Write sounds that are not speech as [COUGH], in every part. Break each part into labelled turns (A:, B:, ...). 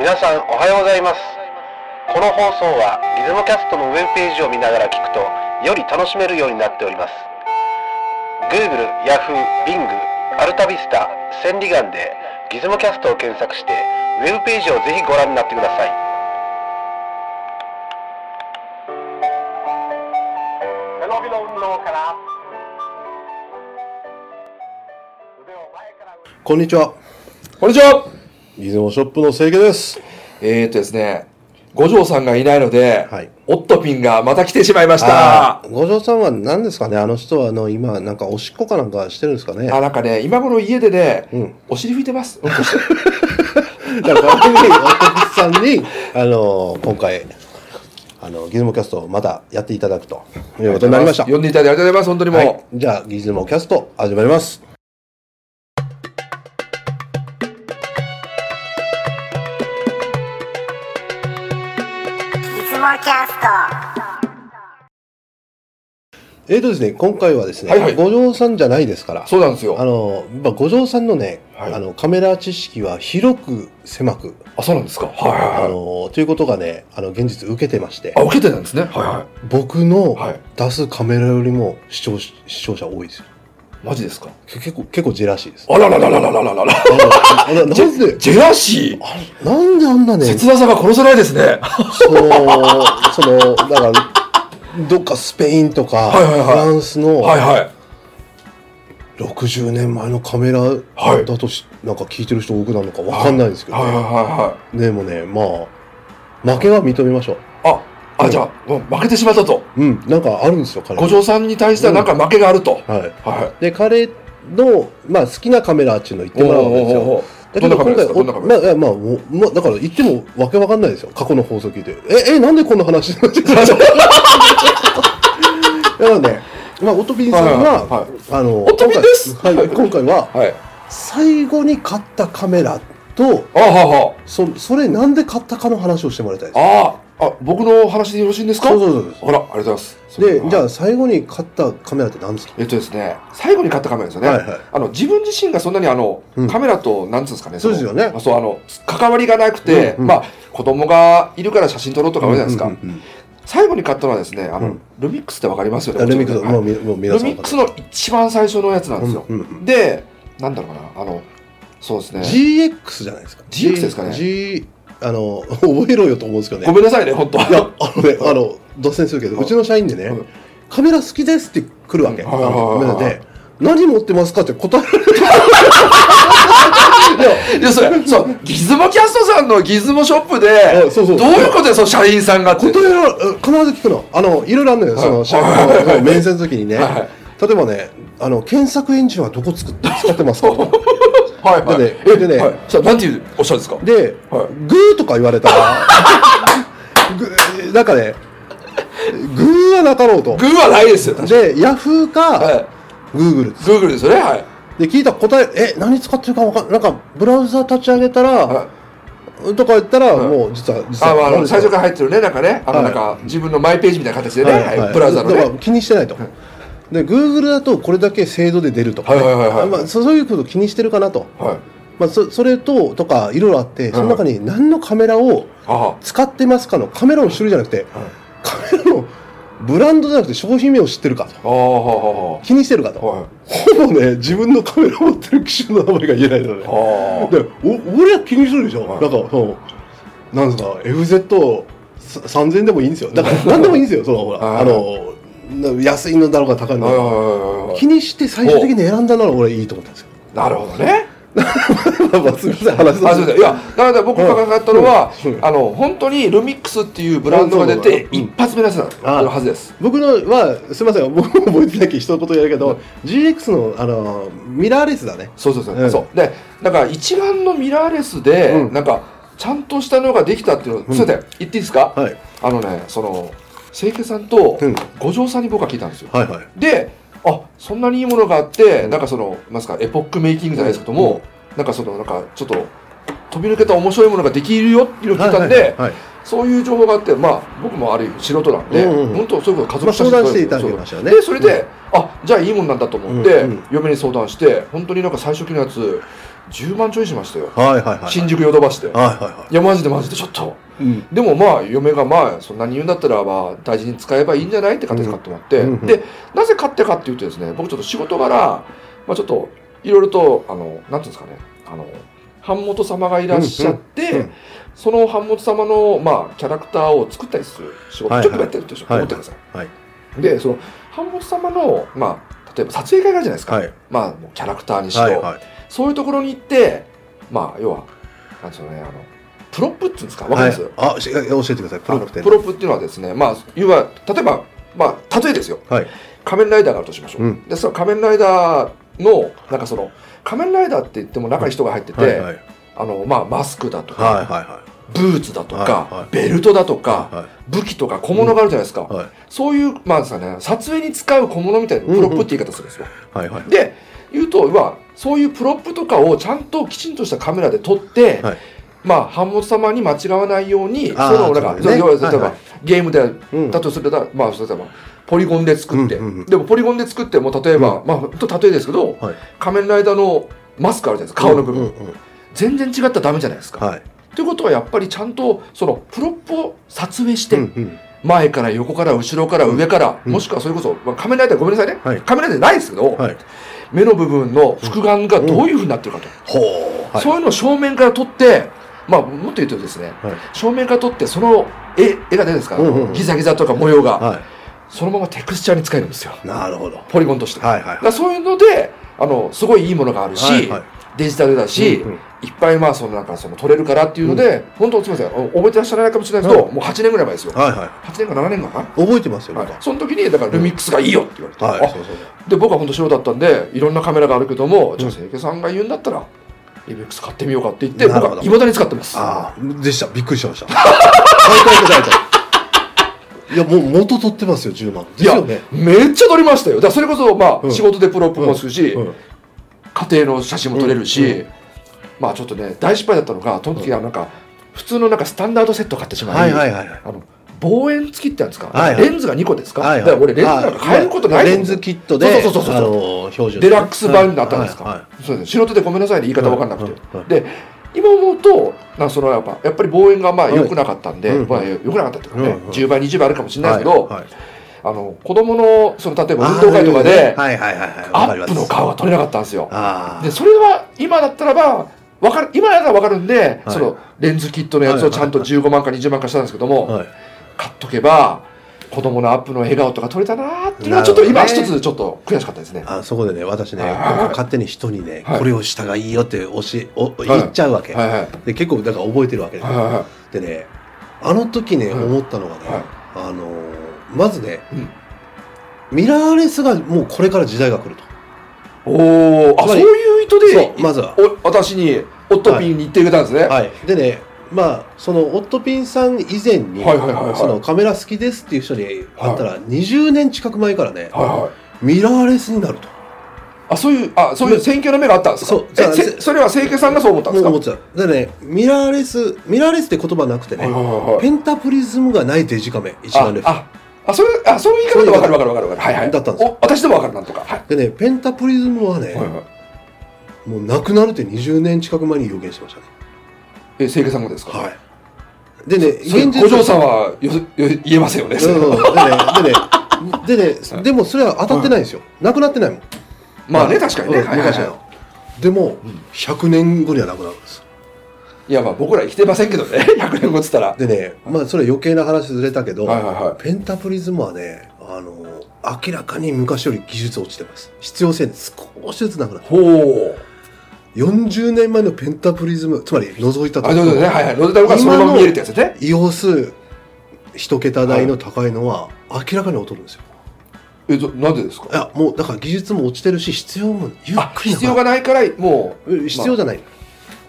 A: 皆さんおはようございますこの放送はリズムキャストのウェブページを見ながら聞くとより楽しめるようになっております Google、Yahoo、Bing、アルタビスタ、センリガンでギズムキャストを検索してウェブページをぜひご覧になってください手のびの運動から腕を前から
B: こんにちは。
C: こんにちは
B: ギズモショップの清家です。
C: えー、っとですね、五条さんがいないので、
B: はい
C: オットピンがまた来てしまいました。
B: あ
C: あ
B: あ、五条さんは何ですかねあの人は、あの、今、なんか、おしっこかなんかしてるんですかね
C: なんかね、今頃家でね、
B: うん
C: お尻拭いてます。うんこして
B: だから、番組、おさんに、あの、今回、あの、ギズモキャストをまたやっていただくということになりました。
C: 呼んでいただいてありがとうございます。本当にもう。
B: はい。じゃあ、ギズモキャスト、始まります。
D: いつもキャスト。
B: えーとですね、今回はですね、
C: はいはい
B: 五条さんじゃないですから、
C: そうなんですよ。
B: あ
C: あ
B: の、まあ、五条さんのね、
C: はい
B: あの、カメラ知識は広く狭く、
C: そうなんですか。はいはい
B: あ
C: はい。
B: の、ということがね、あの、現実受けてまして
C: あ、、受けてたんですね。はいは
B: 僕の
C: はい
B: 出すカメラよりも視聴し視聴者多いですよ。
C: い。マジですか。 [LAUGHS]
B: け結構、結構ジェラシーです。
C: あららららららららら。
B: あのあのな
C: ジ
B: んで
C: ェ、ジェラシー。
B: なんであんなね、
C: 切なさが殺せないですね。
B: その、その、だから、どっかスペインとか、
C: はいはいはい
B: フランスの
C: はいはい。
B: 60年前のカメラ
C: はい
B: だとし、なんか聞いてる人多くなるのかわかんないんですけど、
C: はいはいは
B: でもね、まあ、負けは認めましょ
C: いはい。あ、あ、じゃあ、もう負けてしまったと。
B: う。うん、なんかあるんですよ、彼
C: 五条さんに対してはなんか負けがあると。
B: はい。
C: はい。
B: で、彼の、まあ、好きなカメラっていうのを言ってもらうんですよ。
C: おーおーおーおー
B: だけど
C: どんなカメラですか
B: 今
C: どんな
B: 回
C: カ
B: お
C: メ
B: まあ、いやまあ、おまあ、だから言ってもわけわかんないですよ。過去の放送聞いて。え、え、なんでこんな話になってたの [LAUGHS] だからね、まあ、オトピンさんは、
C: はいはい
B: あの、
C: オトピンです
B: 今回はい、今回は、
C: はい。
B: 最後に買ったカメラと、
C: あはは。
B: そそれなんで買ったかの話をしてもらいたいです。
C: ああ、あ、僕の話でよろしいんですか
B: そうそうそう
C: あら、ありがとうございます。
B: そう。
C: は
B: で、
C: い
B: じゃあ、最後に買ったカメラって何ですか
C: えっとですね、最後に買ったカメラですよね。
B: はいはい
C: あの自分自身がそんなにあの、
B: うん
C: カメラとなんつうんですかね。
B: そう
C: の
B: ですよね
C: あそうあの関わりがなくて、
B: うんうん
C: まあ子供がいるから写真撮ろうとかあるじゃないですか。
B: うんうん
C: 最後に買ったのはですね、あの、
B: うん
C: ルミックスってわかりますよ
B: うん
C: ね。
B: ルミックス、
C: もちろんね
B: もう
C: はい
B: みもう皆
C: ル
B: さん
C: ミックスの一番最初のやつなんですよ。
B: うんうんうん
C: で、なんだろうかな、あのそうですね。
B: GX じゃないですか。
C: GX ですかね
B: G、あの、 [LAUGHS] 覚えろよと思うんですけど
C: ご
B: ね。
C: めんなさいね、本当。
B: いや、あのね、あの、脱線するけど、
C: はいう
B: ちの社員でね
C: はい、
B: カメラ好きですって来るわけ。
C: う
B: あ
C: んはいはいは
B: の
C: いはい
B: カメラで、何持ってますかって答えら
C: [LAUGHS]
B: れる。
C: いやそれそうギズモキャストさんのギズモショップで
B: うんそうそう
C: どういうことでその社員さんがって
B: 答えられる、必ず聞くの。あの、いろいろあるのよ、その、社員の面接の時にね
C: はいはい。
B: 例えばね、あの、検索エンジンはどこ作って使ってますかとか
C: はいはい
B: でねえでね
C: はい、そうなんていうおっしゃるんですか
B: で、グ
C: はい
B: ーとか言われた
C: [LAUGHS]
B: ら、グーなんかね、グーはなかろうと
C: グ。ーはないですよ。
B: で、ヤフー
C: はい
B: か、グーグル
C: グーグルですよね。はい。
B: で聞いた答え、え、何使ってるかわかんなんか、ブラウザ立ち上げたら、
C: あ、
B: とか言ったら、
C: い
B: もう実は、実
C: まあ
B: は
C: の、最初から入ってるね、なんかね、あ
B: はい
C: の、なんか、自分のマイページみたいな形でね、
B: はい
C: はいブラウザのね。
B: だから気にしてないと。で、Google だとこれだけ精度で出るとかね、
C: はいはいはいはい
B: まあそそういうこと気にしてるかなと。
C: はい。
B: まあ、そそれと、とか、いろいろあって、その中に何のカメラを
C: あ
B: 使ってますかの、カメラの種類じゃなくて、カメラのブランドじゃなくて商品名を知ってるかと。
C: あ、ああ、は
B: 気にしてるかと。
C: あ、はい。
B: ほぼね、自分のカメラ持ってる機種の名前が言えないのね。
C: あ
B: でお俺は気にするでしょ、
C: はい
B: なんかそのなんですか FZ3000 でもいいんですよだから何でもいいんですよそのほら
C: は
B: あ
C: い
B: のな安いのだろうが高いの
C: あ、
B: だ
C: はい
B: ろ
C: はいうは
B: が
C: い
B: 気にして最終的に選んだなら俺いいと思ったんですよ
C: なるほどね。
B: まあすみません話
C: あ、すみません。いや、だから僕が考えたのは
B: うんうん、
C: あの、本当にルミックスっていうブランドが出て、
B: うん
C: 一発目のやつだったはずです。
B: 僕のはすみません [LAUGHS] 僕も覚えてないけど一言やるけど、GX のあのミラーレスだね
C: そうそうそう。
B: うん
C: そうで、なんか一眼のミラーレスで、
B: うん
C: なんか、ちゃんとしたのができたっていうの、すみません、言っていいですか、
B: はい
C: あのね、その、清家さんと
B: うん
C: 五条さんに僕は聞いたんですよ。
B: はいはい
C: で、あそんなにいいものがあって、なんかその、なんすか、エポックメイキングじゃないですけども、なんかその、なんかちょっと、飛び抜けた面白いものができるよっていうのを聞いたんで、
B: はいはいはいはい
C: そういう情報があって、まあ、僕もある意味素人なんで、
B: うんうんうん
C: 本当、そういうこと家
B: ま
C: 族
B: あ相談していただきましたよね
C: そうで、それで、あじゃあいいもんなんだと思って、
B: うんうん
C: 嫁に相談して、本当になんか最初期のやつ、 10万ちょいしましたよ。
B: はいはいはい。
C: 新宿ヨドバシで。
B: はいはいはい
C: や、マジでマジで、ちょっと。
B: い。うん。
C: でもまあ、嫁がまあ、そんなに言うんだったら、まあ、大事に使えばいいんじゃないって形で買ってもらって、
B: うん
C: で、なぜ買ってかっていうとですね、僕ちょっと仕事柄、まあちょっと、いろいろと、あの、なんていうんですかね、あの、版元様がいらっしゃって、
B: うんうんうん
C: その版元様の、まあ、キャラクターを作ったりする仕事、
B: はいはい
C: ちょっとやってると思ってください。
B: はい。
C: で、その、版元様の、まあ、例えば撮影会があるじゃないですか。
B: はい。
C: まあ、もうキャラクターにしろ、
B: はいはい。
C: そういうところに行って、まあ、要は、なんでしょうね、あの、プロップっていうんですか、わかります、
B: はいあ、し教えてください。プロップって。
C: あのプロップっていうのはですね、まあ、要は、例えば、まあ、例えですよ。
B: はい。
C: 仮面ライダーがあるとしましょう。
B: うん
C: で、その仮面ライダーの、なんかその、仮面ライダーって言っても中に人が入ってて、
B: はいはい。はい
C: あの、まあ、マスクだとか、
B: はいは
C: ブーツだとか、
B: はいはい
C: ベルトだとか、
B: い。は
C: 武器とか小物があるじゃないですか。
B: い。はい。
C: そういう、まあですね、撮影に使う小物みたいなプロップって言い方するんですよ。
B: はいはい。
C: で、言うと、要は、そういうプロップとかをちゃんときちんとしたカメラで撮って、
B: はい
C: まあ、版元様に間違わないように、そ
B: あー
C: の、な
B: そう
C: んか、
B: ですね
C: 要は例えば、
B: はいはい
C: ゲームで
B: うん
C: だとすれば、まあ、例えば、ポリゴンで作って、
B: うんうんうん
C: でもポリゴンで作っても、例えば、まあ、ほんと例えですけど、
B: はい
C: 仮面ライダーのマスクあるじゃないですか、顔の部分。
B: うんうんうん
C: 全然違ったらダメじゃないですか。
B: はい。
C: ということは、やっぱりちゃんと、その、プロップを撮影して、
B: うんうん
C: 前から横から後ろから上から、
B: うん
C: もしくはそれこそ、まあ、仮面ライダーごめんなさいね、
B: はい
C: 仮面ライダーじゃないですけど、
B: はい。
C: 目の部分の複眼がどういうふうになってるかと、
B: ほう。はい
C: そういうのを正面から撮って、まあ、もっと言うとですね、
B: はい
C: 正面から撮って、その絵絵が出るんですか、
B: うんうんうん
C: ギザギザとか模様が、
B: は
C: そのままテクスチャーに使えるんですよ、
B: い。なるほど。
C: ポリゴンとして。
B: はいはい
C: だからそういうのであの、すごいいいものがあるし、
B: はいはい
C: デジタルだし、
B: うんうん
C: いっぱいまあそのなんかその撮れるからっていうので、本当、すみません、お覚えてらっしゃらないかもしれないですけど、もう8年ぐらい前ですよ、
B: はいは
C: 8年か7年かな。
B: い。覚えてますよ、僕
C: はい、その時にだからルミックスがいいよって言われて、
B: は。はい。
C: あ
B: そうそうそう。
C: で僕は本当素人だったんでいろんなカメラがあるけどもじゃあ清家さんが言うんだったら ABX 買ってみようかって言って
B: なる
C: 僕
B: ほど
C: は未だに使ってます
B: ああ、でした。びっくりしました。はいはいはい [LAUGHS] はい。いや、もう元取ってますよ、10万。で
C: い
B: す
C: や、
B: よね。
C: めっちゃ撮りましたよだからそれこそまあ、
B: うん
C: 仕事でプロップもするし、
B: うん
C: 家庭の写真も撮れるし、
B: う
C: まあちょっとね大失敗だったのがその時はなんか、普通のなんかスタンダードセット買ってしまい、
B: はいはいはいはい。
C: あの望遠付きってあるんですか、
B: はいはい
C: レンズが2個ですか、
B: はいはい
C: だから俺レンズなんか変えることないと
B: レ
C: 思う
B: ンズキットで、
C: そうそうそうそう
B: あ
C: そう
B: の、標準。
C: デラックス版になったんですか、
B: はいはい
C: そうです素人でごめんなさいね言い方わかんなくて、
B: はいはい
C: で今思うとなんかそのやっぱやっぱり望遠がまあ
B: はい
C: 良くなかったんで、
B: うん
C: まあ、良くなかったっていうかね、
B: うんうん
C: 10倍20倍あるかもしれな
B: は
C: いです
B: い
C: けど、
B: はい
C: あの子供のその例えば運動会とかで
B: はいはいはいはい。
C: アップの顔が撮れなかったんですよ
B: ああ
C: で。それは今だったらばわかる今だったらわかるんで、
B: はい
C: そのレンズキットのやつをちゃんと15万か20万かしたんですけども、
B: はい
C: 買っとけば子供のアップの笑顔とか撮れたなーっていうのはちょっと今
B: なるほど
C: 一
B: ね
C: つちょっと悔しかったですね
B: あそこでね私ね
C: はい
B: 勝手に人にね
C: はい
B: これをしたがいいよって教えお言っちゃうわけ
C: はいはい
B: で結構だから覚えてるわけ
C: はいはいは
B: でねあの時ね
C: はい
B: 思ったのがね
C: はい
B: あのーまずね
C: うん
B: ミラーレスがもうこれから時代が来ると
C: おお、
B: つ
C: あ、そ
B: ま
C: う
B: り
C: いう意図
B: そう
C: で、
B: まずは
C: お私に、オットピンに言ってくれたんですね。
B: はいでねまあそのオットピンさん以前に
C: はいはいはいはい
B: そのカメラ好きですっていう人に会ったら20年近く前からね
C: はい、はい。
B: ミラーレスになると
C: あ、そういう、あ、そういう選挙の目があったんですか。
B: そう
C: え、
B: そう
C: せそれは清家さんがそう思ったんで
B: も
C: す
B: う
C: か。
B: 思ってたでねミラーレスミラーレスって言葉なくてね
C: はいはいはいはい
B: ペンタプリズムがないデジカメ一眼レフ
C: あ、あ、あ、それ、あ、その言い方でわかるわかるわかるわかる。はいはい。
B: だったんです
C: お私でもわかるなんとか。はい。
B: でねペンタプリズムはね、
C: はいはい。
B: もうなくなるって20年近く前に予言してましたね
C: え、清家さんがですか。
B: はいでね
C: それ
B: 現実
C: 五条さんは、よ、よ、言えませんよね。それ
B: うんうんでねでね
C: [LAUGHS]
B: でねでもそれは当たってないんですよ、なくなってないもん
C: まあね、確かにね。
B: うん
C: はいはい
B: 昔は
C: は
B: よでも、100年後にはなくなるんです
C: い。いや、まあ、僕ら生きてませんけどね。 [LAUGHS] 百年後っつったら。
B: でねまあそれは余計な話ずれたけど、
C: はいはいはい
B: ペンタプリズムはねあの明らかに昔より技術落ちてます必要性少しずつなくなって
C: ほう。
B: 40年前のペンタプリズムつまり覗いた
C: あ、そういうことね。はいはい。ロゼタルがそのまま見えるってやつですね。
B: イオス一桁台の高いのは明らかに劣るんですよ、
C: え、どなんでですか
B: い、。やもうだから技術も落ちてるし必要もゆっ
C: あ、
B: くりな
C: 必要がないから、もう。
B: うん必要じゃない、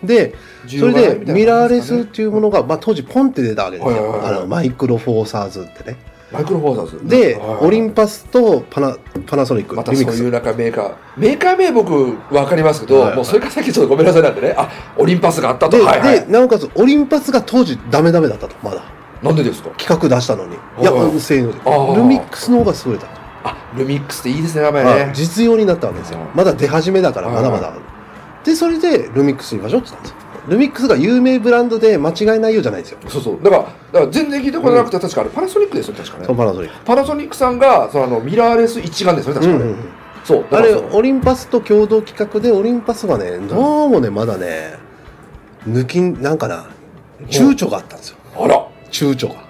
B: で
C: 需
B: それ
C: 要がない
B: で
C: みたいな感じですかね
B: ミラーレスっていうものが、まあ、当時ポンって出たわけです
C: はいはい
B: よ
C: はい
B: あのマイクロフォーサーズってね
C: マイクロフォーサーズ
B: で、
C: はい
B: オリンパスとパナパナソニック、
C: また
B: リ
C: そう
B: ミックス
C: いうなんかメーカーメーカー名僕わかりますけど、
B: はいはい
C: もうそれから先ちょっとごめんなさいなんでねあオリンパスがあったと
B: で,、
C: はいはい
B: でなおかつオリンパスが当時ダメダメだったとまだ
C: なんでですか
B: 企画出したのにいや
C: はい
B: 性能で
C: あー
B: ルミックスの方が優れたと
C: あルミックスっていいですね名前
B: まあ
C: ね
B: 実用になったわけですよ
C: はい
B: まだ出始めだから
C: はい
B: まだまだで、それでルミックスに行きましょうって言ったんですよ。ルミックスが有名ブランドで間違いないようじゃないんですよ。
C: そうそうだからだから全然聞いたことなくて、確かあれパナソニックですよね確か
B: そのパナ
C: ね
B: ソニック。
C: パナソニックさんがそのあのミラーレス一眼ですよね確か
B: うんう
C: ね、
B: んうん
C: そうだか
B: あ
C: ら
B: れ、
C: その
B: オリンパスと共同企画で、オリンパスがね、どうもね、まだね、抜きん、なんかな、躊躇があったんですよ。
C: あら
B: 躊躇が。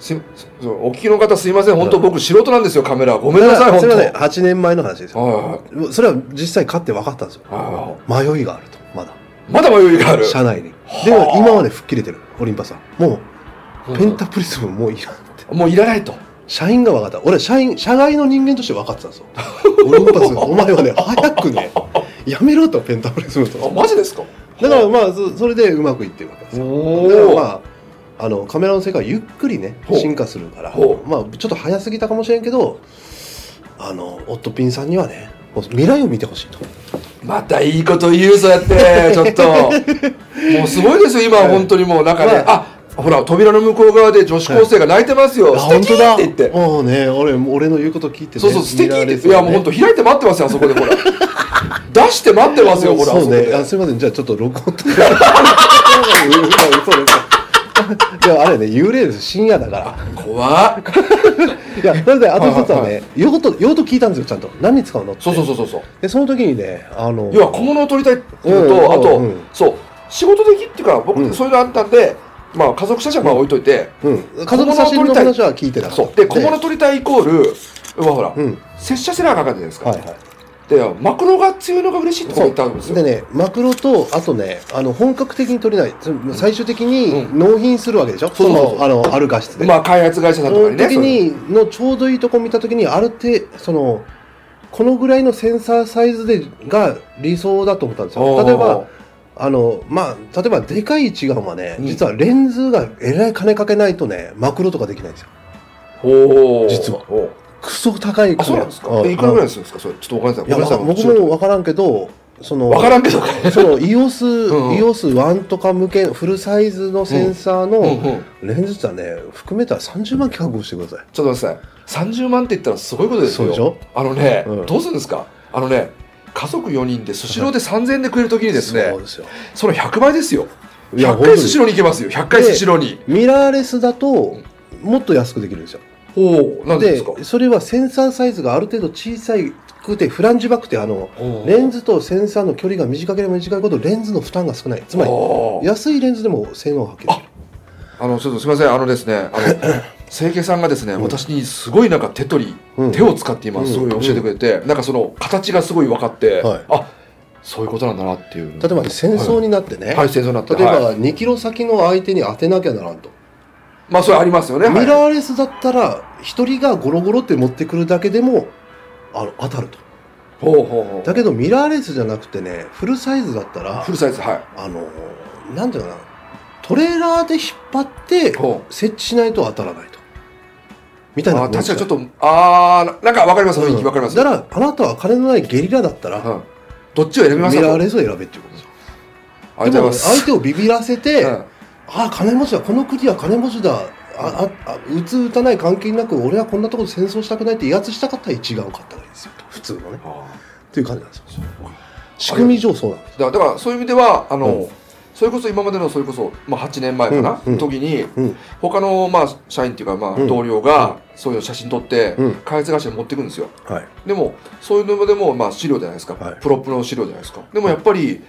C: すそうお聞きの方すいません本当僕素人なんですよカメラごめんなさい本
B: そ
C: 当
B: れはね、8年前の話ですよ。
C: はい
B: それは実際買って分かったんですよ。
C: はいはい
B: 迷いがあると、まだ。
C: まだ迷いがある
B: 社内に。で
C: は
B: も
C: あ
B: 今まで吹っ切れてる、オリンパスは。も
C: うん
B: う、ペンタプリズムもういらんって。
C: もういらないと
B: 社員が分かった。俺、社員、社外の人間として分かってたん
C: [LAUGHS]
B: ですよ。オリンパス、お前はね、早くね、やめろと、ペンタプリズム
C: あ
B: と。
C: マジですか
B: だからまあ、そそれでうまくいってるわけですよ。
C: おー
B: だからまあ、あの、カメラの世界ゆっくりね、
C: ほう
B: 進化するから、
C: ほう
B: まあ、ちょっと早すぎたかもしれんけど、あの、オットピンさんにはね、もう未来を見てほしいと。
C: またいいこと言うそうや
B: [LAUGHS]
C: ってちょっともうすごいですよ今
B: はい
C: 本当にもうなんかね、
B: ま
C: あほら扉の向こう側で女子高生が泣いてますよ、
B: あ
C: 素敵って言って、
B: もうね、俺、俺の言うこと聞いてね、
C: そうそう素
B: 見
C: 敵
B: ら
C: っ
B: れ
C: て、
B: て
C: い
B: ね
C: やもう本当開いて待ってますよあそこでほら [LAUGHS] 出して待ってますよほら
B: そうね。
C: あ
B: あ
C: そ
B: すみません。じゃあちょっと録音
C: [LAUGHS]
B: とか。いや、あれね、幽霊です。深夜だから。
C: こで怖っ
B: いや、なので、あと一つは
C: はいはい
B: ね、用途、用途聞いたんですよ、ちゃんと。何に使うのって
C: そうそうそうそうそう
B: で、その時にね、あの、
C: 要は小物を取りたいっていうの
B: うん
C: と、あと、
B: うん
C: そう仕事的っていうか僕
B: うん
C: そういうのあったんで、まあ家族写真はまあ置いといて、
B: うん。家族写真の話は聞いてた。
C: そうで小物取りたいイコールうわほら、
B: うん。
C: 拙者せなあかんじゃないですか、
B: はいはい。
C: でマクロが強いのが嬉しいってこと言ったんです
B: そう
C: よ
B: でね、マクロと、あとね、あの、本格的に取れない、その最終的に
C: う
B: 納品するわけでしょ、
C: そうそうそう
B: のあの、ある画質で。
C: まあ開発会社さんとか
B: その
C: にね
B: 時にのちょうどいいとこ見た時にある程度そのこのぐらいのセンサーサイズでが理想だと思ったんです
C: それ
B: よ
C: おー
B: 例えばあのまあ例えばでかい一眼はね、
C: うん
B: 実はレンズがえらい金かけないとねマクロとかできないんですよ
C: おー
B: 実は
C: おー
B: クソ高い
C: あそうなんですかえいくらぐらいするんですかそれちょっとわか
B: い
C: り
B: や
C: ま
B: ま
C: せ
B: あ
C: んごめんな
B: 僕
C: さい
B: も分からんけどその
C: わからんけどね
B: その EOS、
C: うんうん
B: EOS1 とか向けフルサイズのセンサー
C: うん
B: の
C: うん
B: レンズってのはね含めたら30万覚悟してください
C: ちょっと待ってください30万って言ったらすごいことです
B: そう
C: よ
B: でしょ
C: あのね、
B: うん
C: どうするんですかあのね家族4人でスシローで3000円で食えるときにですね
B: そうですよ
C: その100倍ですよ
B: いや
C: 100回スシローに行けますよ100回スシローに
B: ミラーレスだともっと安くできるんですよ。
C: ほうなんでで
B: です
C: か、
B: それはセンサーサイズがある程度小さくて、フランジバックってあの、
C: おー
B: レンズとセンサーの距離が短ければ短いほどレンズの負担が少ない。つまり、
C: おー
B: 安いレンズでも性能を発揮できる。
C: あのちょっとすみませんあのです
B: [LAUGHS]
C: ねあの清家さんがですね、
B: ん
C: 私にすごいなんか手取り、
B: うん
C: 手を使って今
B: うん
C: すごい教えてくれて、なんかその形がすごい分かって、
B: はい
C: あそういうことなんだなっていう
B: 例えばね戦争になってね、
C: はい戦争になって
B: 例え
C: はい
B: ば2キロ先の相手に当てなきゃならんと。
C: まあそれありますよね
B: ミ
C: はい
B: ラーレスだったら、1人がゴロゴロって持ってくるだけでも、あの当たると。
C: ほうほうほう
B: だけど、ミラーレスじゃなくてね、フルサイズだったら
C: フ、ルサイズはい
B: あのなんていうかなトレーラーで引っ張って
C: ほ
B: 設置しないと当たらないとみたいな
C: あ確かにちょっ
B: と
C: とああなんか分かります雰囲気分かります、
B: だからあなたは金のないゲリラだったら、
C: うんどっちを選びまし
B: ミ
C: た
B: ラー
C: か
B: レスを選べっていうことですよ
C: ありが
B: で
C: とうご
B: も
C: ざいます
B: 相手をビビらせて、
C: うん
B: ああ金持ちだこの国は金持ちだあああ打つ打たない関係なく俺はこんなところで戦争したくないって威圧したかったら一眼を買ったらいいですよと普通のねっていう感じなんですよ仕組み上そうなんです
C: だだからそういう意味ではあの、
B: うん
C: それこそ今までのそれこそ、まあ、8年前かな、
B: うんうん
C: 時に、
B: うん
C: 他のまあ社員っていうかまあ
B: うん
C: 同僚がそういう写真撮って
B: うん
C: 開発会社に持っていくんですよ
B: はい
C: でもそういうのでもまあ資料じゃないですか、
B: はい
C: プロップの資料じゃないですかでもやっぱり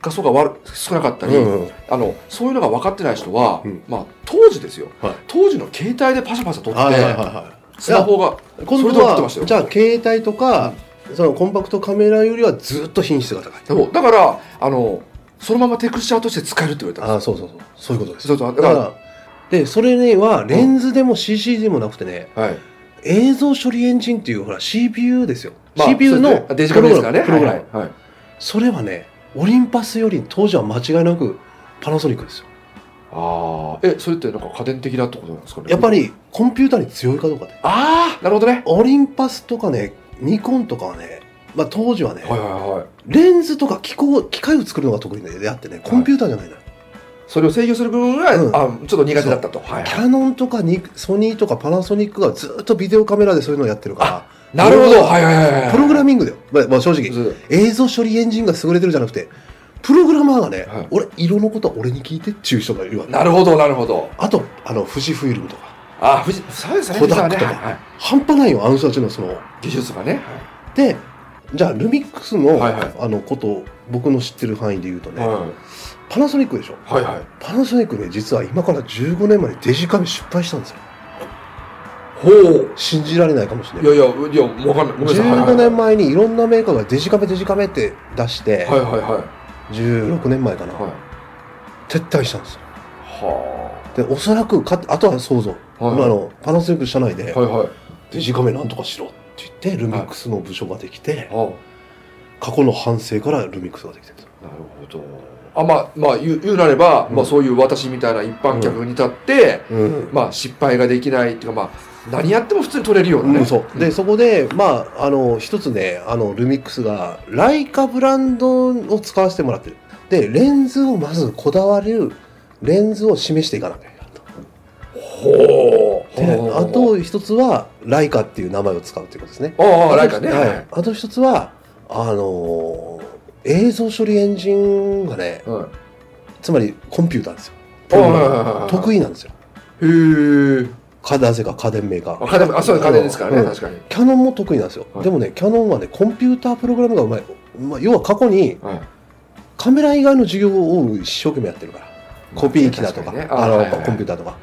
C: 画素が悪少なかったり、
B: うんうん
C: あのそういうのが分かってない人は、
B: うん
C: まあ、当時ですよ、
B: はい
C: 当時の携帯でパシャパシャ撮って、
B: はいはいはい
C: スマホが
B: 今
C: それ
B: 度
C: で撮ってま
B: は
C: したよ
B: じゃあ携帯とか、そのコンパクトカメラよりはずっと品質が高い
C: そうだからあのそのままテクスチャーとして使えるって言われたん
B: あ
C: で
B: あそうそうそうそういうことです
C: すよそうそう
B: だ
C: だ
B: か
C: から
B: でそれにはレンズでも CC でもなくてね、
C: ら、はい、
B: 映像処理エンジンっていうほら CPU ですよ、
C: まあ
B: CPU
C: そうです
B: の
C: ねデジカルですからね
B: プログラム、
C: はいはい
B: それはねオリンパスより当時は間違いなくパナソニックですよ
C: ああえそれってなんか家電的だってことなんですかね
B: やっぱりコンピューターに強いかどうかで
C: ああなるほどね
B: オリンパスとかねニコンとかはね、まあ、当時はね、
C: はいはいはい
B: レンズとか機構機械を作るのが得意であってねコンピューターじゃないのよ、
C: それを制御する部分が、
B: うん
C: あちょっと苦手だったと、はい
B: キャノンとかニソニーとかパナソニックがずっとビデオカメラでそういうのをやってるか
C: なるほ
B: プ
C: ど
B: ロ
C: はいはいはいはい
B: ら、プログラミングだよ、まあまあ正直。
C: そう
B: 映像処理エンジンが優れてるじゃなくて、プログラマーがね、
C: はい
B: 俺、色のことは俺に聞いてっていう人がいるわけ。
C: なるほど、なるほど。
B: あと、あの、富士フイルムとか、
C: あ、藤そうですね、
B: コ
C: 藤
B: ダ
C: さ
B: ッ
C: んね、
B: クとか、
C: はいはい
B: 半端ないよ、あの人たちのその。
C: 技術がね。
B: で、じゃあ、ルミックスの、
C: はいはい
B: あの、こと、僕の知ってる範囲で言うとね、
C: は
B: パナソニックでしょ。
C: い、はい、はい。
B: パナソニックね、実は今から15年前にデジカメ失敗したんですよ。
C: ほう。
B: 信じられないかもしれ
C: い
B: ない。
C: やいや、いや、わかんない。ごめんなさい。
B: 15年前にいろんなメーカーがデジカメデジカメって出して、
C: はい、はい、はい。はい。
B: 16年前かな、
C: はい。
B: 撤退したんですよ
C: は
B: でおそらくかあとは想像、
C: あ。はい
B: あ、のパナソニック社内で、
C: はい、はい。
B: デジカメなんとかしろって言ってルミックスの部署ができて、
C: ああ。
B: 過去の反省からルミックスができてるんですよ
C: なるほど。あまあまあ言う言うなれば、
B: うん
C: まあ、そういう私みたいな一般客に立って、
B: うん
C: まあ、失敗ができないっていうか、まあ、何やっても普通に取れるようなね、
B: うんそうでそこで、まあ、あの一つねあのルミックスがライカブランドを使わせてもらってるでレンズをまずこだわれるレンズを示していかなきゃいけないと
C: ほう
B: であと一つはライカっていう名前を使うということですね
C: ああライカね、
B: はいあと一つは、あのー映像処理エンジンがね、
C: はい
B: つまりコンピューターですよ。
C: はい
B: 得意なんですよ。
C: へえ
B: かなぜか家電メーカ
C: あ
B: ー。
C: 家電あそう家電ですからね、
B: うん
C: 確かに、
B: キャノンも得意なんですよ。
C: はい
B: でもね、キャノンはね、コンピュータープログラムがうまい。まあ、要は過去に
C: はい、
B: カメラ以外の授業を一生懸命やってるから。コピー機だとか、
C: 確にね
B: あの、
C: はいはいはい
B: コンピューターとか。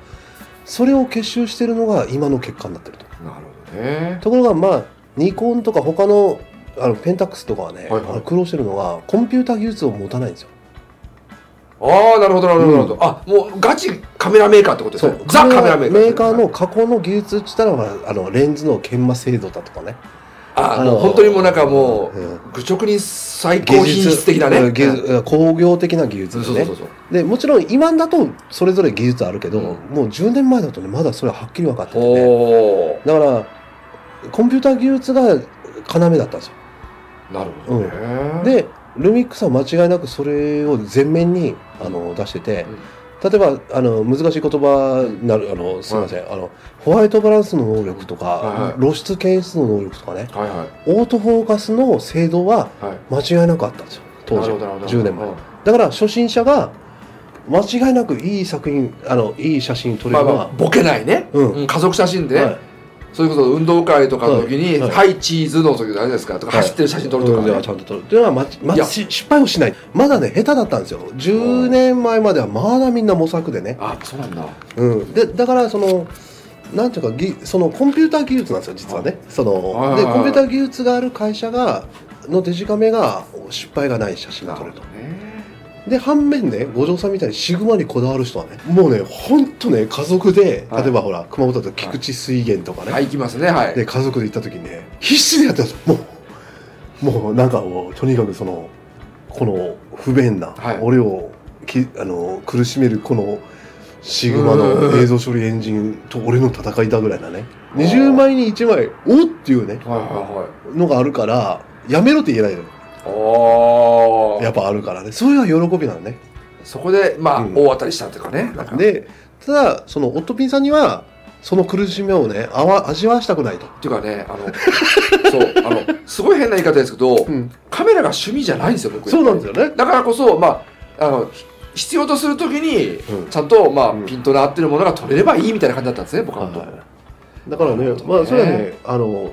B: それを結集してるのが今の結果になってると。
C: なるほどね
B: ところがまあニコンとか他のあのペンタックスとかはね、
C: はいはい
B: あの苦労してるのはコンピューター技術を持たないんですよ。
C: ああなるほどなるほどなるほど、あもうガチカメラメーカーってことですねザカメラメーカー
B: メーカーの過去の技術って言ったら、まあ、あのレンズの研磨精度だとかね。
C: ああ
B: あの
C: の本当にもうなんかもう、
B: うん
C: 愚直に最高品質的なね
B: うん技術うん工業的な技術
C: そう
B: です
C: そう
B: ね
C: そうそう
B: でもちろん今だとそれぞれ技術あるけど、
C: うん
B: もう10年前だとねまだそれははっきり分かってて、ね、
C: ほ
B: だからコンピューター技術が要だったんですよ
C: うなるほどね、
B: でルミックスは間違いなくそれを前面にあの出してて、例えばあの難しい言葉になるあのすいません、あのホワイトバランスの能力とか、
C: はいはい
B: 露出検出の能力とかね
C: はいはい
B: オートフォーカスの精度は
C: はい
B: 間違いなくあったんですよ当時
C: なるほどなるほど
B: 10年前
C: うん
B: だから初心者が間違いなくいい作品あのいい写真撮れ
C: まあ
B: る
C: ま
B: の
C: あ
B: は、
C: ボケないね、
B: うん
C: うん家族写真で、
B: は
C: ね
B: い
C: そういうこと運動会とかの時に「
B: は
C: はいい、チーズ」の時じゃないですかと
B: は
C: か、
B: い
C: 走ってる写真撮るとか、
B: うんではちゃんと撮るっていうのは、まちま
C: いや
B: し失敗をしないまだね下手だったんですよ10年前まではまだみんな模索でね
C: あそうなんだ
B: うん、でだからそのなんていうかぎそのコンピューター技術なんですよ実はねそ
C: はい
B: の
C: はい
B: で
C: はい
B: コンピューター技術がある会社がのデジカメが失敗がない写真が撮れると
C: ね
B: で反面ね五条さんみたいにシグマにこだわる人はねもうねほんとね家族で
C: はい
B: 例えばほら熊本だと菊池水源とかね、
C: はい行きますねはい
B: で家族で行った時にね必死でやってたんですよもうもうなんかもうとにかくそのこの不便な、
C: はい
B: 俺をきあの苦しめるこのシグマの映像処理エンジンと俺の戦いだぐらいなね
C: うん
B: 20枚に1枚おっっていうね
C: はいはいはい
B: のがあるからやめろって言えないよ
C: お
B: や
C: ー
B: っぱあるからねそれは喜びなのね
C: そこでまあ、
B: うん
C: 大当たりしたっていうかねなんかっ
B: でただそのオットピンさんにはその苦しみをねあわ味わわしたくないと、
C: ていうかねあの [LAUGHS] そうあのすごい変な言い方ですけどカメラが趣味じゃないんですよ僕
B: そうなんですよね
C: だからこそまああのひ必要とするときに
B: うん
C: ちゃんと、まあ
B: うん
C: ピントの合ってるものが取れればいいみたいな感じだったんですね僕は本
B: はい、だからね
C: なるほど
B: ま
C: ね
B: あそれはねあの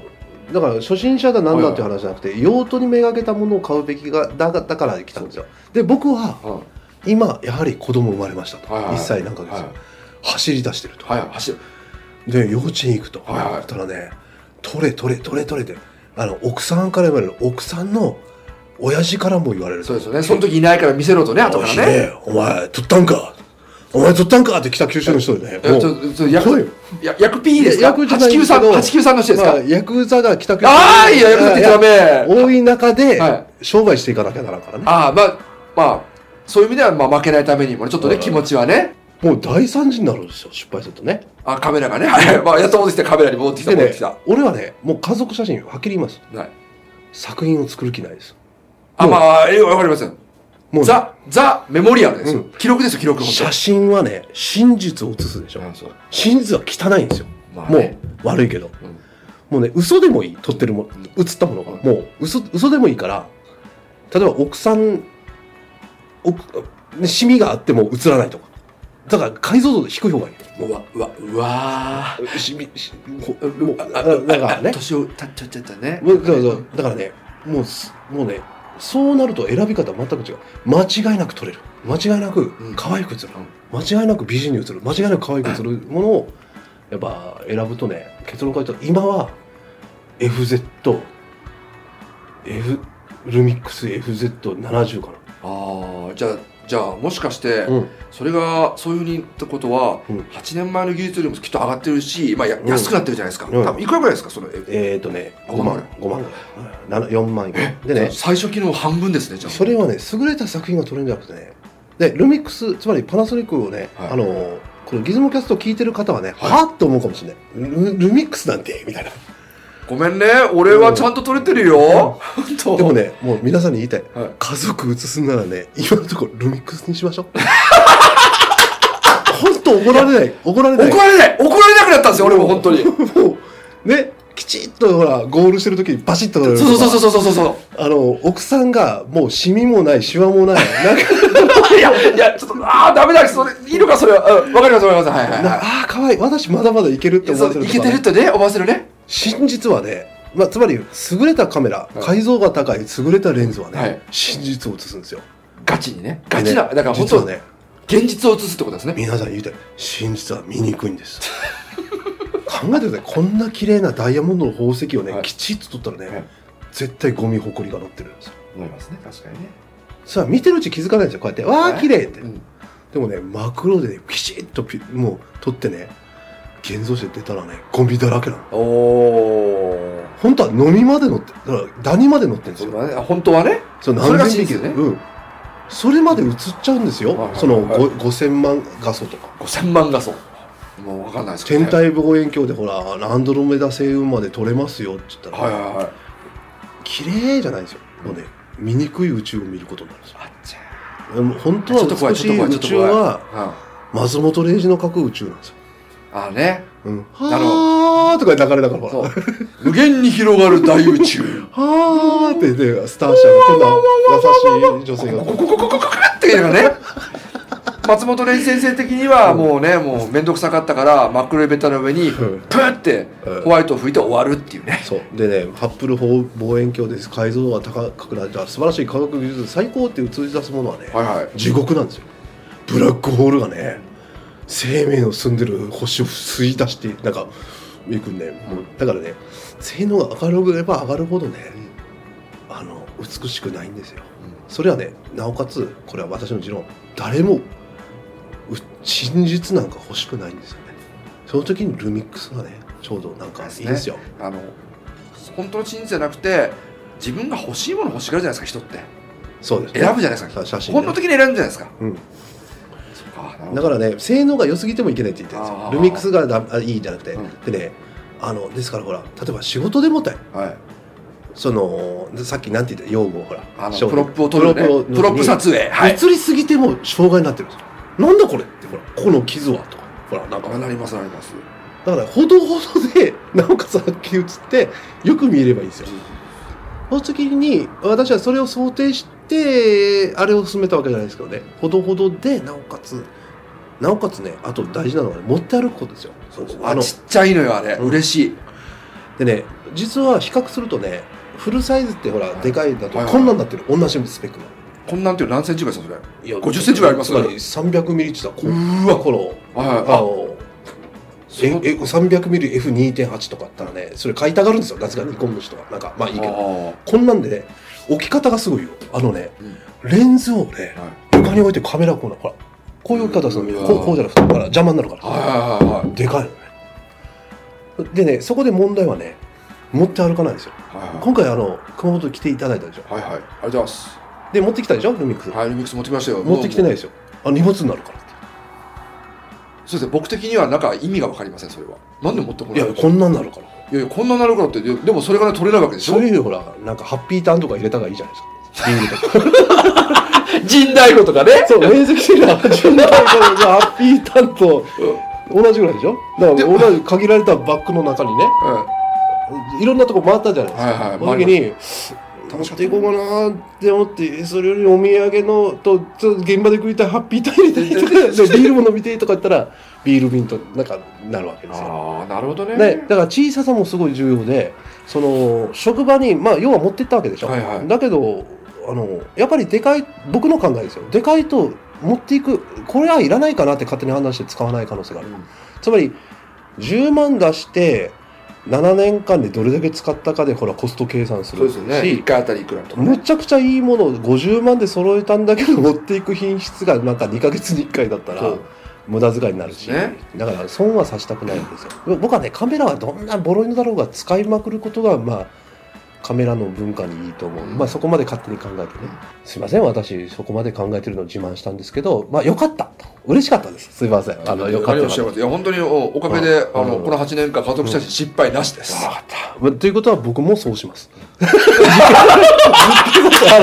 B: だから初心者だなんだっていう話じゃなくて、用途にめがけたものを買うべきがだがだから来たんですよで僕は
C: 当うん
B: 今やはり子供生まれましたと、
C: はいはい
B: 1歳なんかですよ、走り出してると、
C: はいはい走る
B: で幼稚園行くと、
C: はいはい
B: そしたらね「取れ取れ取れ取れ」ってあの奥さんから言われる奥さんの親父からも言われる
C: そうですよねその時いないから見せろとね後
B: お
C: か
B: い
C: らね
B: ねお前取ったんかお前取ったんかって北九州の人でね
C: えち
B: も
C: ょ
B: う
C: ちょちょヤ
B: 来いよ
C: クやヤクピーです
B: いや
C: か
B: ヤクじゃないんですけ
C: 893
B: ど
C: 893の人ですか、
B: まあ、ヤクザが北九州
C: ああいやヤクってダメ
B: 多い中で
C: は
B: 商売していかなきゃならんからね、
C: ああまあまあそういう意味ではまあ負けないためにもねちょっとね
B: はい
C: 気持ちはね
B: もう大惨事になるんですよ失敗するとね
C: あカメラがねはいはいまあやっと戻ってきたカメラに戻ってきた
B: で
C: 戻っ
B: ね
C: てきた、
B: 俺はねもう家族写真はっきり言います
C: はい
B: 作品を作る気ないです
C: あまあえわかりません
B: もうね、
C: ザ・ザ・メモリアルですよ、
B: うん
C: 記録ですよ記録本当
B: 写真はね真実を写すでしょ
C: そう
B: 真実は汚いんですよ、
C: まあね
B: もう悪いけど、
C: ん
B: もうね嘘でもいい撮ってるも写ったものが、
C: うん
B: もう嘘嘘でもいいから例えば奥さんおねシミがあっても映らないとかだから解像度低い方がいいう
C: わうわうわ
B: シミシ
C: ー
B: もうああだからね
C: 年を経っちゃっちゃったね
B: もうそうそうだからねもうすもうねそうなると選び方全く違う間違いなく撮れる間違いなく
C: うん
B: 可愛く映る、間違いなく美人に映る間違いなく可愛く映るものをやっぱ選ぶとね結論から言うと今は FZF ルミックス FZ70 か
C: ああじゃあじゃあもしかして、
B: な、うん、
C: それがそういうふうにってことは、
B: うん
C: 8年前の技術よりもきっと上がってるし、まあ、や
B: うん
C: 安くなってるじゃないですか、
B: うん
C: 多分いくらぐらいですかそのえ
B: えっ、ー、とね
C: 5万
B: 5万ぐらい4万ぐらいでね
C: 最初機能半分ですねじゃあ
B: それはね優れた作品が撮れるんじゃなくてねでルミックスつまりパナソニックをね、
C: はい
B: あのーこのギズモキャストを聞いてる方はね、
C: はい
B: はあって思うかもしれないルルミックスなんてみたいな
C: ごめんね俺はちゃんと取れてるよ、 [LAUGHS] 本当
B: でもねもう皆さんに言いたい、
C: はい
B: 家族映すならね今のところルミックスにしましょう [LAUGHS] 本当怒られない怒られ
C: 怒
B: ない
C: られない怒られなくなったんですよ俺も本当にそう
B: もうねきちっとほらゴールしてる時にバシッと撮れる
C: そうそうそうそうそうそ
B: あの奥さんがもうシミもないシワもない
C: [LAUGHS]
B: なんか
C: ういやいやちょっとああダメだそれいいのかそれはうんわかりますわかりますはいはい
B: な
C: は
B: ああ可愛い私まだまだいけるっ
C: いい
B: て
C: や
B: 思
C: そ
B: って
C: う
B: る
C: い
B: とか
C: けてるってね思わせるね
B: 真実はね、まあ、つまり優れたカメラ、
C: はい
B: 解像が高い優れたレンズはね、
C: はい
B: 真実を映すんですよ
C: ガチにねガチな、
B: でね
C: だから本
B: 実は
C: 当、
B: ね
C: 現実を映すってことですね
B: 皆さん言いたい真実は醜いんです
C: [LAUGHS]
B: 考えてくださいこんな綺麗なダイヤモンドの宝石をね、
C: はい
B: きちっと取ったらね、
C: はい
B: 絶対ゴミほこりが乗ってるんですよ
C: 思いますね確かにね
B: それは見てるうち気づかないんですよこうやって「わあ綺麗って、
C: うん
B: でもねマクロでねピシッとピもう取ってね現像して出たらねゴミだらけなの
C: おお
B: 本当は飲みまで乗ってだからダニまで乗ってるんです
C: そ
B: よ
C: れはね本当はね
B: そう
C: それが
B: 何千
C: 真
B: 匹
C: 実ね
B: うん。それまで映っちゃうんですよ。
C: はいはい
B: その
C: はい
B: ご5000万画素とか。
C: 5000万画素もうわかんないですけど、ね、
B: 天体望遠鏡でほら、アンドロメダ星雲まで撮れますよって言ったら、
C: はいはいはい
B: 綺麗じゃないんですよ。もうね、醜い宇宙を見ることになるんですよ
C: あっちゃ
B: でも。本当
C: ちょっと
B: は
C: 怖い
B: 美しい
C: ちょっと怖い
B: 宇
C: ち
B: 宙
C: ょっと怖い
B: は、松本零士の書く宇宙なんですよ。
C: うんあね
B: うん。
C: なるほど
B: はーとか流れながらほら、
C: そう無限に広がる大宇宙
B: はーってで、スターシャーのこんな優しい女性がこう。
C: っていうのがね松本零士先生的にはもうね、もう面倒くさかったから真っ黒いベタの上に
B: うん
C: プッて
B: うん
C: ホワイトを拭いて終わるっていうね、
B: そうでねハッブル望遠鏡です解像度が高くなった素晴らしい科学技術最高って通じ出すものはね、
C: はいはい
B: 地獄なんですよブラックホールがね生命の住んでる星を吸い出してなんかいくんねもうだからね性能が上がれば上がるほどね、あの美しくないんですよそれはねなおかつこれは私の持論誰もう真実なんか欲しくないんですよねその時にルミックスがねちょうどなんかいいんですよ
C: あの本当の真実じゃなくて自分が欲しいもの欲しがるじゃないですか人って
B: そうです、ね、
C: 選ぶじゃないですか
B: さ写真ね
C: 本能的に選ぶじゃないですか
B: うん、
C: そうかなるほ
B: だ
C: ど
B: からね性能が良すぎてもいけないって言ってるんです
C: あ
B: よ
C: ー
B: ルミックスがだあいいじゃなくて、
C: うん
B: でねあのですからほら例えば仕事でもたい
C: はい、
B: そのでさっきなんて言った用語をほら
C: あの
B: 商
C: プ
B: 品
C: ロップを取る、ね、プロ
B: プロ
C: ップ撮影はい
B: 映りすぎても障害になってるんですよなんだこれってほらここの傷はとかほらなんか
C: あなりますなります
B: だからほどほどでなおかつはっきり映ってよく見えればいいんですよその時に私はそれを想定してあれを進めたわけじゃないですけどねほどほどでなおかつなおかつねあと大事なのは、ね、持って歩くことですよ
C: あ
B: あの
C: ちっちゃいのよあれ、
B: うん
C: 嬉しい
B: でね実は比較するとねフルサイズってほら
C: はい
B: でかいだと
C: はいはい
B: こんなんなってる同じスペックの
C: こんなんていうの何センチぐらいですか
B: いや
C: 50センチぐらいあります
B: つまり300ミリって言った
C: う
B: ら
C: ー
B: わこの
C: それはいはい
B: あの
C: その
B: 300ミリ F2.8 とかあったらねそれ買いたがるんですよガツガツ煮込む人はなんかまあいいけど
C: あ
B: こんなんでね置き方がすごいよあのね
C: ーうん
B: レンズをね
C: はい
B: 床に置いてカメラコーナーほらこういう置き方する
C: う
B: の
C: わ
B: こうこうじゃなくてほら邪魔になるから、
C: はいはいはい
B: でかいのねでねそこで問題はね持って歩かないんですよ
C: は
B: 今回あの熊本に来ていただいたでしょ
C: いはいはいはいありがとうございます
B: で持ってきたでしょルミックス、
C: はいルミックス持ってきましたよ
B: 持ってきてない
C: もう
B: ですよあ荷物になるからって
C: もうそうですね僕的にはなんか意味がわかりませんそれはなんで持ってこないい
B: やこんなんなるから
C: いやいやこんななるからってででもそれから取れないわけでし
B: そ
C: ょ
B: ういうのほらなんかハッピーターンとか入れた方がいいじゃないですかリングとか
C: [LAUGHS] 人大語とかね
B: そう、面積的な順番から、じゃあ、ハッピーターンと同じぐらいでしょだ
C: で
B: から、同じ限られたバッグの中にね、
C: はい
B: ろんなとこ回ったじゃないですか。
C: はいはい
B: その時に、楽しかっていこうかなって思ってそれよりお土産のとちょっと現場で食いたいハッピータイムで [LAUGHS] とかでビールも飲みてえとか言ったらビール瓶となんかなるわけですよ。
C: ああなるほどね
B: ね、だから小ささもすごい重要でその職場に、まあ、要は持ってったわけでしょ、
C: はいはい
B: だけどあのやっぱりでかい僕の考えですよでかいと持っていくこれはいらないかなって勝手に判断して使わない可能性がある
C: うん
B: つまり10万出して7年間でどれだけ使ったかでほらコスト計算す
C: そう
B: る
C: ですよね
B: し
C: 1回あたりいくらとかね
B: むちゃくちゃいいものを50万で揃えたんだけど持っていく品質がなんか2ヶ月に1回だったら
C: そう
B: 無駄遣いになるし、
C: ね
B: だから損はさせたくないんですよ僕はねカメラはどんなボロいのだろうが使いまくることがまあカメラの文化にいいと思う、
C: うん
B: まあそこまで勝手に考えてねすいません私そこまで考えてるのを自慢したんですけどまあよかったと嬉しかったですすいませんあのよかった
C: 何をおっしゃいますいや本当におおかげで、
B: うん
C: あの
B: うん
C: この8年間家族写真失敗なしです、
B: わかったまということは僕もそうします。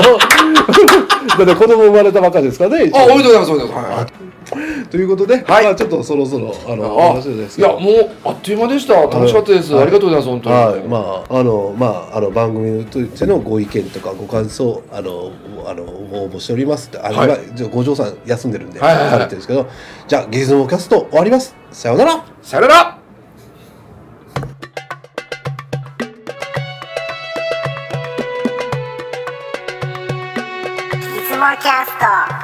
B: あのだ [LAUGHS] って子供生まれたばっかですからね。一応
C: あおめでとうございますおめでとうございます、
B: ということで、
C: はい
B: まあ、ちょっとそろそろあの
C: あ
B: 話ですけ
C: い
B: ど
C: やもうあっという間でした楽しかったです、
B: はい
C: ありがとうございます本当に、
B: はい、まああのまああの番組としてのご意見とかご感想あのあの応募しておりますってあの、
C: はい
B: 今じゃあ五条さん休んでるんで
C: はいはいはい
B: 食べてるんですけど、じゃあゲズモキャスト終わりますさようなら
C: さよなら
D: いつもキャスト